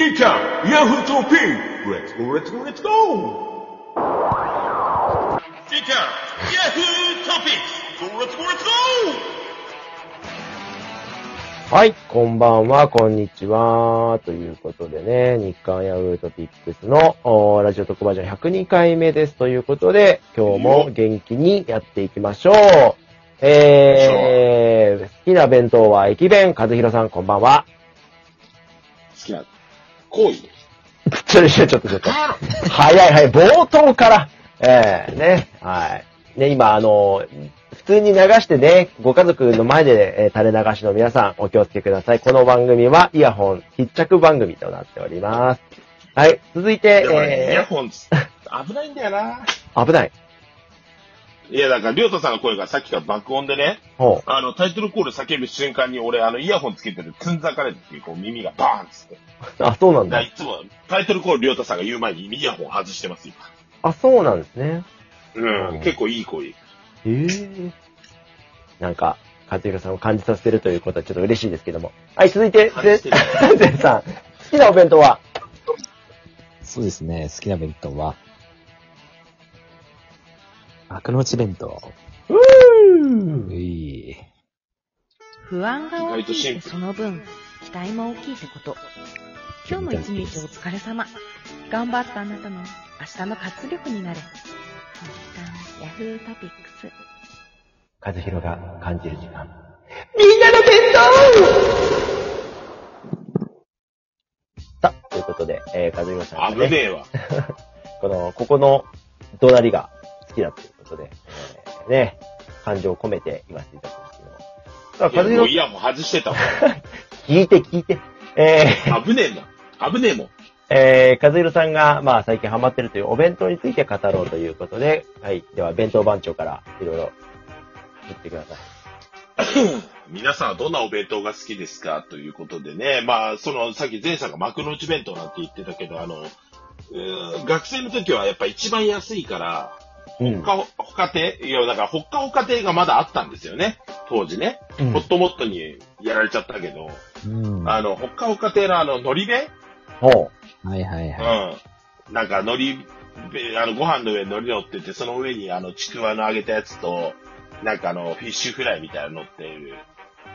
いっちゃん、ヤフートピー !Let's go, let's go, let's go! いっちゃん、ヤフートピック !Let's go, let's go! はい、こんばんは、こんにちは。ということでね、日刊ヤフートピックスのおーラジオ特番じゃ102回目です。ということで、今日も元気にやっていきましょう。えー、好きな弁当は駅弁、和弘さん、こんばんは。好きな行為。ちょ、ちょ、ちょっと、ちょっと。早い早い、冒頭から。ええね、はい。ね、今、あの、普通に流してね、ご家族の前で、えー垂れ流しの皆さん、お気をつけください。この番組は、イヤホン、必着番組となっております。はい、続いてで、もね、イヤえホン、危ないんだよな。ー、危ない。いや、だから、りょうたさんの声がさっきから爆音でね、ほう。あの、タイトルコール叫ぶ瞬間に俺、あの、イヤホンつけてる、つんざかれてて、こう、耳がバーンっつって。あ、そうなんだからだ。いつも、タイトルコールりょうたさんが言う前に、イヤホン外してます、今。あ、そうなんですね。うん、結構いい声。ええなんか、和弘さんを感じさせてるということはちょっと嬉しいですけども。はい、続いて、感じてるぜぜんさん。好きなお弁当はそうですね、好きな弁当は、幕の内弁当。うーうい不安が大きい意外とシっンプルてその分、期待も大きいってこと。今日も一日お疲れ様。頑張ったあなたの明日の活力になれ。日刊ヤフートピックス。和弘が感じる時間。みんなの弁当さあ、ということで、えー、和弘さん危が、ね、ねえわ。この、ここの怒鳴りが好きだということで、えーね、感情を込めて言わせていただきますけども。さあ、いや和もうイ弘ヤホン外してたも聞いて聞いて、えー、 ん。 危ねえんだ。危ねえもん。えー、和弘さんが、まあ、最近ハマってるというお弁当について語ろうということで、はい、では、弁当番長から、いろいろ、言ってください。皆さんはどんなお弁当が好きですかということでね。まあ、その、さっき前さんが幕の内弁当なんて言ってたけど、あの、うー学生の時はやっぱ一番安いから、うん他、他亭いや、だから、他他亭がまだあったんですよね。当時ね。うんホットモットにやられちゃったけど、うん。はあの、他他亭のあの、海苔弁ほいはいはうん。なんか、海苔弁、あの、ご飯の上に海苔乗ってて、その上にあの、ちくわの揚げたやつと、なんかあの、フィッシュフライみたいなの乗ってる。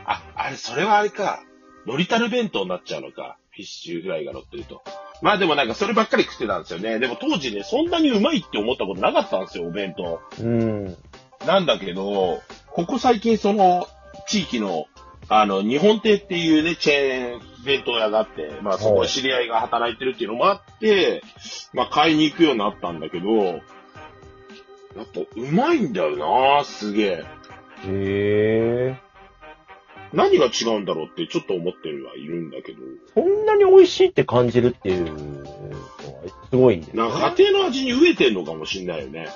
あ、あれ、それはあれか。海苔たる弁当になっちゃうのか。フィッシュフライが乗ってると。まあでもなんかそればっかり食ってたんですよね。でも当時ね、そんなにうまいって思ったことなかったんですよ、お弁当。う。うん。なんだけど、ここ最近その地域の、あの、日本亭っていうね、チェーン弁当屋があって、まあそこはいに知り合いが働いてるっていうのもあって、まあ買いに行くようになったんだけど、やっぱうまいんだよなすげえ。へえ。何が違うんだろうってちょっと思ってはいるんだけど、そんなに美味しいって感じるっていうのはすごいんですね。なんか家庭の味に飢えてんのかもしんないよね。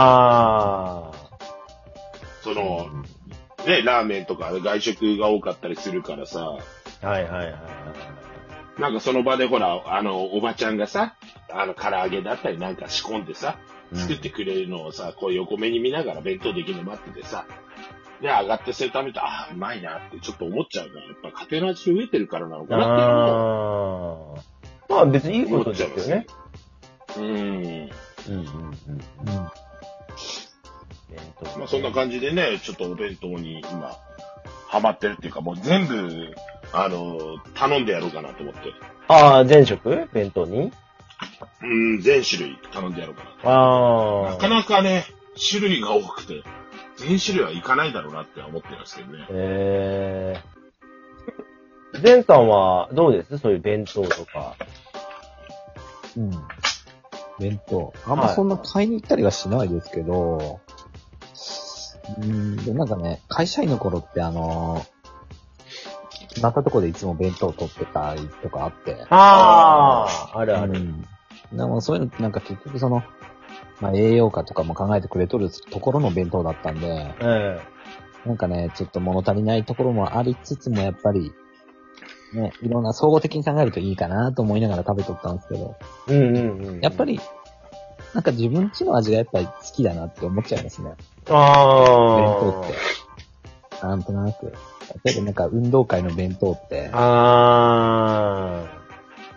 あその、ね、ラーメンとか外食が多かったりするからさ、あ。はいはいはいはい。なんかその場でほら、あの、おばちゃんがさ、あの、唐揚げだったりなんか仕込んでさ、作ってくれるのをさ、こう横目に見ながら弁当できるの待っててさ、で、上がってするためと、ああ、うまいなってちょっと思っちゃうから、やっぱ家庭の味に飢えてるからなのかなっああ。まあ別にいいてこ思とっですちゃいますよねね。。うん。うんうんうん。い。うん弁当。まあそんな感じでね、ちょっとお弁当に今、ハマってるっていうか、もう全部、あの、頼んでやろうかなと思って。ああ、前食弁当にうん、全種類頼んでやろうかな。あなかあ。なかね、種類が多くて、全種類はいかないだろうなって思ってますけどね。ええ。前さんはどうですそういう弁当とか。うん。弁当。あんまそんな買いに行ったりはしないですけど、うん、でもなんかね、会社員の頃ってあの、決まったとこでいつも弁当取ってたりとかあって。ああ。あるあうる。ん。でもそういうのってなんか結局その、まあ栄養価とかも考えてくれとるところの弁当だったんで、うん。なんかね、ちょっと物足りないところもありつつも、やっぱり、ね、いろんな総合的に考えるといいかなと思いながら食べとったんですけど、うんうんうん。やっぱ。り、なんか自分ちの味がやっぱり好きだなって思っちゃいますね。弁ああ。当って。なんとなく。例えばなんか運動会の弁当って、あ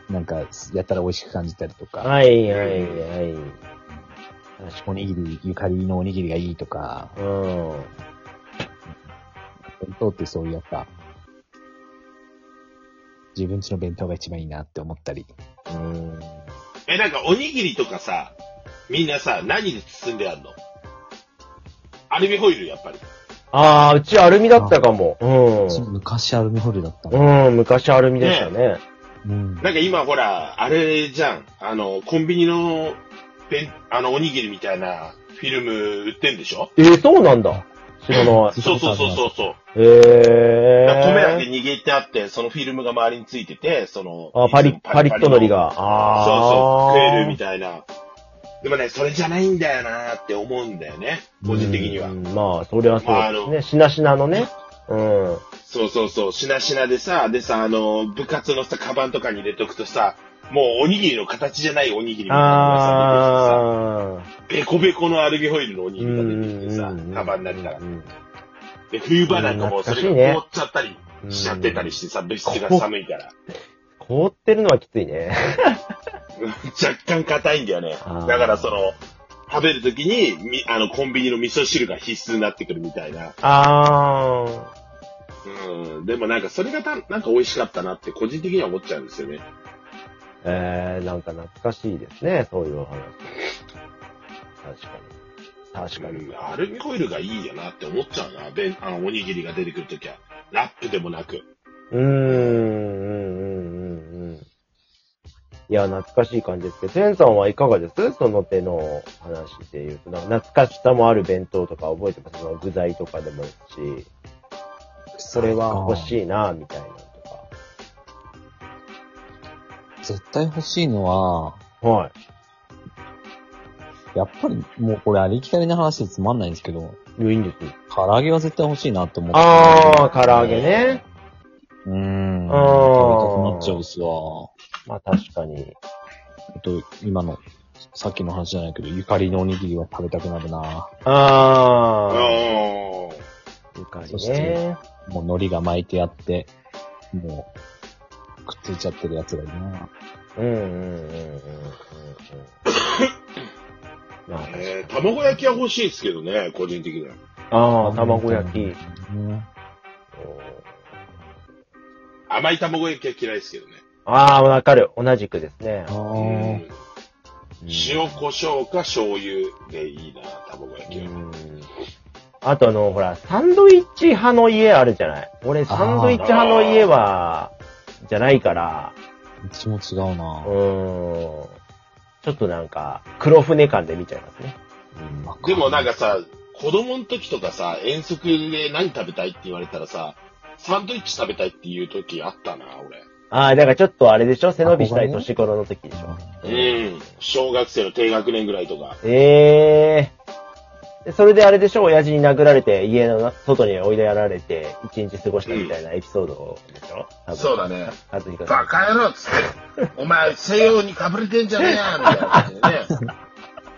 あ。ながやったら美味しく感じたりとか、はいはいはい。おにぎり、ゆかりのおにぎりがいいとか、うん。弁当ってそういうやっぱ、自分家の弁当が一番いいなって思ったり。うん。え、なんかおにぎりとかさ、みんなさ、何で包んであんのアルミホイル、やっぱり。ああ、うちアルミだったかも。う昔アルミホイルだったの。ん。うん、昔アルミでしたね。うん。なんか今ほら、あれじゃん。あの、コンビニの、べん、あの、おにぎりみたいなフィルム売ってんでしょえー、そうなんだ。知らない。そうそうそうそうそう。えだから米だけえー。握ってあって、そのフィルムが周りについてて、その、あ、パリッ、パリッとのりのが。ああ。そうそう、食えるみたいな。でもね、それじゃないんだよなーって思うんだよね。個人的にはう。んまあ、それはそうまああですね。のしなしなのね。うん。そうそうそう、しなしなでさ、でさ、あの、部活のさ、カバンとかに入れとくとさ、もうおにぎりの形じゃないおにぎりみたいなああ。のがさ、出てきてさ、ベコベコのアルミホイルのおにぎりが出てきてさうんうんうん、カバンの中からう。んで、冬場なんかもうそれが懐かしいね凍っちゃったりしちゃってたりしてさ、物質が寒いから。 凍ってるのはきついね。若干硬いんだよねあー。だからその、食べるときに、み、あの、コンビニの味噌汁が必須になってくるみたいな。ああ。うん。でもなんかそれがた、なんか美味しかったなって個人的には思っちゃうんですよね。えー、なんか懐かしいですね、そういうお話。確かに。確かに。うんアルミホイルがいいよなって思っちゃうな。で、あの、おにぎりが出てくるときは。ラップでもなく。うーん、うん、うん、うん。いや、懐かしい感じですけど、センさんはいかがですその手の話でいうと、な懐かしさもある弁当とか覚えてますその具材とかでもいいし、それは欲しいな、みたいなのと絶対欲しいのは、か。はい。やっぱりもうこれありきたりな話でつまんないんですけど、いやいいんですよ。唐揚げは絶対欲しいなって思って。あー、唐揚げね。うーん。あー食べたくなっちゃうっすわ。まあ確かに。あと、今の、さっきの話じゃないけど、ゆかりのおにぎりは食べたくなるな。うあん。ー。ゆかりそしてね。もう海苔が巻いてあって、もう、くっついちゃってるやつがいいな。うんうんうんうんうんうん。まあ確かにえー、卵焼きは欲しいですけどね、個人的には。あー、卵焼き。うん甘い卵焼きは嫌いですけどね。ああ、わかる。同じくですねあ。うーん。塩、胡椒か醤油でいいな、卵焼きは。うんあとあの、ほら、サンドイッチ派の家あるじゃない俺、サンドイッチ派の家は、じゃないから、うちも違ううな。ーん。ちょっとなんか、黒船感で見ちゃいますね。でもなんか、かさ、子供の時とかさ、遠足で何食べたいって言われたらさ、サンドイッチ食べたいっていう時あったな、ああ、だからちょっとあれでしょ背伸びしたい年頃の時でしょ俺。うん。小学生の低学年ぐらいとか。ええー。でそれであれでしょ親父に殴られて、家のな外に追いやられて、一日過ごしたみたいなエピソードでしょ、多分そうだね。和彦さんバカ野郎っつ って、お前西洋にかぶれてんじゃねえやみたいな感じでね。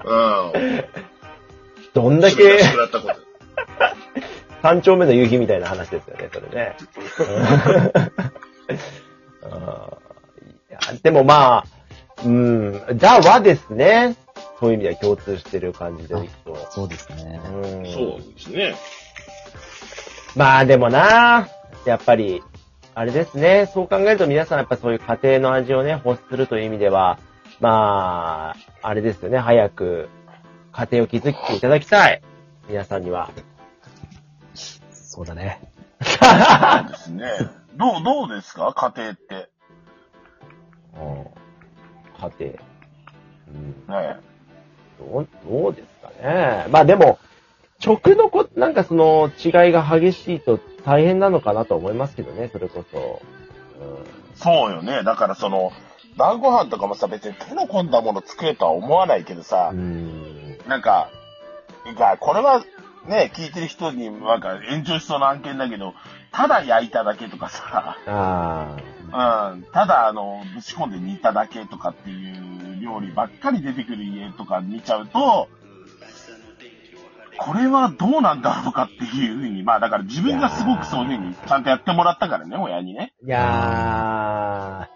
うん。どんだけ 口出し、食らったこと三丁目の夕日みたいな話ですよね、それね。 うんあーいやでもまあ、うん、ザはですね。そういう意味では共通してる感じでいくと。そうですね。うん、そうですね。まあでもな、やっぱり、あれですね、そう考えると皆さんやっぱそういう家庭の味をね、欲するという意味では、まあ、あれですよね、早く家庭を築いていただきたい。皆さんには。そうだね。そうですね。どう、どうですか家庭って。ね家庭。うんえ。どう、どうですかね。まあでも、食のこ、なんかその違いが激しいと大変なのかなと思いますけどね、それこそ。そうよね。だからその、晩ご飯とかもさ、別に手の込んだもの作れとは思わないけどさう、ん。なんか、なんかこれはね、聞いてる人になんか炎上しそうな案件だけど、ただ焼いただけとかさ、あうん、ただあの、ぶち込んで煮ただけとかっていう料理ばっかり出てくる家とか見ちゃうと、これはどうなんだろうかっていうふうに、まあだから自分がすごくそういうふうにちゃんとやってもらったからね、親にね。あ。いや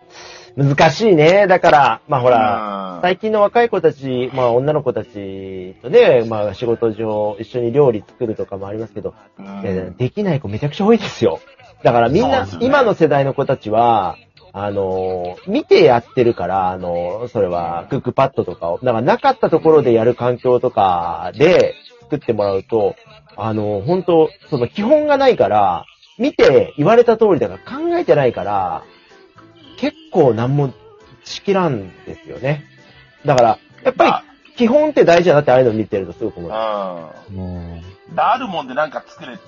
ー、難しいね。だから、まあほら、ら最近の若い子たち、まあ女の子たちとね、まあ仕事上一緒に料理作るとかもありますけど、えーできない子めちゃくちゃ多いですよ。だからみんそうな、ですね今の世代の子たちは、あのー見てやってるから、あのーそれは、クックパッドとかを、だからなかったところでやる環境とかで作ってもらうと、あのー本当その基本がないから、見て言われた通りだから考えてないから、結構何もしきらんですよね。だから、やっぱり基本って大事だなってああいうの見てるとすごく思う。うねん。あるもんでなんか作れって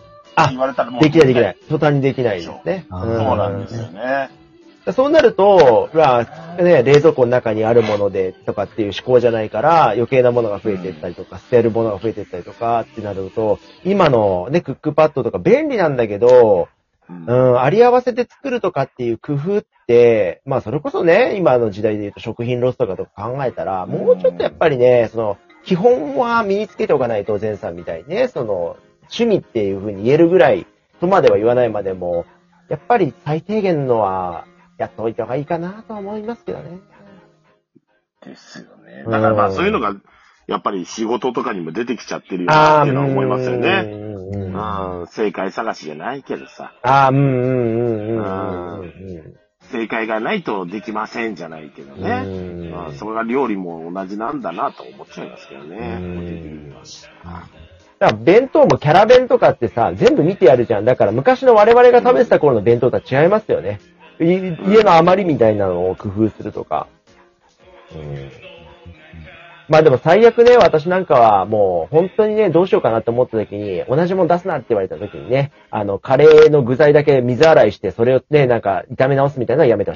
言われたらもう。できないできない。。途端にできないですね。そうそうなんですよね。そうなると、まあ、ね、冷蔵庫の中にあるものでとかっていう思考じゃないから、余計なものが増えていったりとか、捨てるものが増えていったりとかってなると、今のね、クックパッドとか便利なんだけど、うんうん、あり合わせて作るとかっていう工夫って、まあそれこそね、今の時代で言うと食品ロスとかとか考えたら、もうちょっとやっぱりね、その、基本は身につけておかないと、前さんみたいにね、その、趣味っていう風に言えるぐらい、とまでは言わないまでも、やっぱり最低限のは、やっておいた方がいいかなとは思いますけどね。ですよね。だからまあそういうのが、やっぱり仕事とかにも出てきちゃってるよあなあ、っていうのは思いますよね。うんうんううんうん。あん、正解探しじゃないけどさ、あ、うんうんうんうんうんうん正解がないとできませんじゃないけどうん。ね。うんまあ、それが料理も同じなんだなと思っちゃいますけどね。うん個人的にはだから弁当もキャラ弁とかってさ、全部見てやるじゃん。だから昔の我々が食べてた頃の弁当とは違いますよね。い家の余りみたいなのを工夫するとか。うんまあでも最悪ね、私なんかはもう本当にね、どうしようかなって思った時に、同じもの出すなって言われた時にね、あの、カレーの具材だけ水洗いして、それをね、なんか炒め直すみたいなのはやめてほしい。